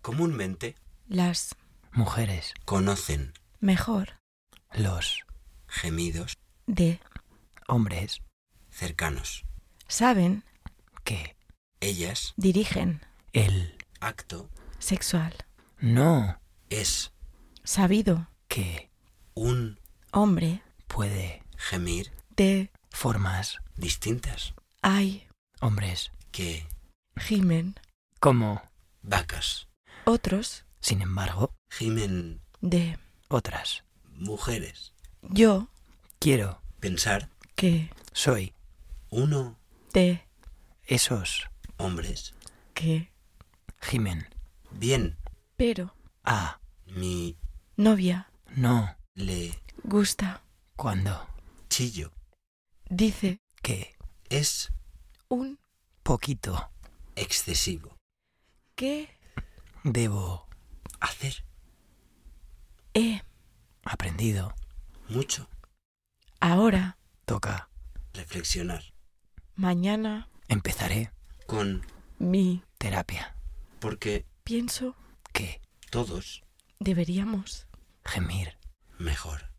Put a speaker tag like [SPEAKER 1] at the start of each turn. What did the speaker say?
[SPEAKER 1] Comúnmente
[SPEAKER 2] las
[SPEAKER 3] mujeres,
[SPEAKER 1] conocen
[SPEAKER 2] mejor
[SPEAKER 3] los
[SPEAKER 1] gemidos
[SPEAKER 2] de
[SPEAKER 3] hombres
[SPEAKER 1] cercanos.
[SPEAKER 2] saben,
[SPEAKER 3] que
[SPEAKER 1] Ellas,
[SPEAKER 2] dirigen,
[SPEAKER 3] el
[SPEAKER 1] acto,
[SPEAKER 2] sexual,
[SPEAKER 3] no
[SPEAKER 1] es
[SPEAKER 2] sabido,
[SPEAKER 3] que
[SPEAKER 1] un
[SPEAKER 2] hombre,
[SPEAKER 3] puede
[SPEAKER 1] gemir
[SPEAKER 2] de,
[SPEAKER 3] formas
[SPEAKER 1] distintas
[SPEAKER 2] hay,
[SPEAKER 3] hombres
[SPEAKER 1] que
[SPEAKER 2] gimen,
[SPEAKER 3] como,
[SPEAKER 1] vacas.
[SPEAKER 2] otros,
[SPEAKER 3] sin embargo,
[SPEAKER 1] Gimen
[SPEAKER 2] de,
[SPEAKER 3] otras.
[SPEAKER 1] mujeres.
[SPEAKER 2] yo,
[SPEAKER 3] Quiero,
[SPEAKER 1] Pensar
[SPEAKER 2] que,
[SPEAKER 3] soy,
[SPEAKER 1] uno
[SPEAKER 2] de,
[SPEAKER 3] esos,
[SPEAKER 1] hombres.
[SPEAKER 2] que,
[SPEAKER 3] gimen,
[SPEAKER 1] Bien,
[SPEAKER 2] pero,
[SPEAKER 3] a,
[SPEAKER 1] mi
[SPEAKER 2] novia,
[SPEAKER 3] no,
[SPEAKER 1] le
[SPEAKER 2] gusta,
[SPEAKER 3] cuando,
[SPEAKER 1] chillo
[SPEAKER 2] dice,
[SPEAKER 3] que,
[SPEAKER 1] es
[SPEAKER 2] un,
[SPEAKER 3] poquito,
[SPEAKER 1] excesivo.
[SPEAKER 2] que,
[SPEAKER 3] debo,
[SPEAKER 1] Hacer
[SPEAKER 2] he,
[SPEAKER 3] aprendido,
[SPEAKER 1] mucho.
[SPEAKER 2] ahora,
[SPEAKER 3] toca,
[SPEAKER 1] Reflexionar
[SPEAKER 2] mañana,
[SPEAKER 3] empezaré,
[SPEAKER 1] con
[SPEAKER 2] mi,
[SPEAKER 3] terapia,
[SPEAKER 1] porque
[SPEAKER 2] pienso,
[SPEAKER 3] que,
[SPEAKER 1] todos
[SPEAKER 2] deberíamos.
[SPEAKER 3] gemir,
[SPEAKER 1] mejor.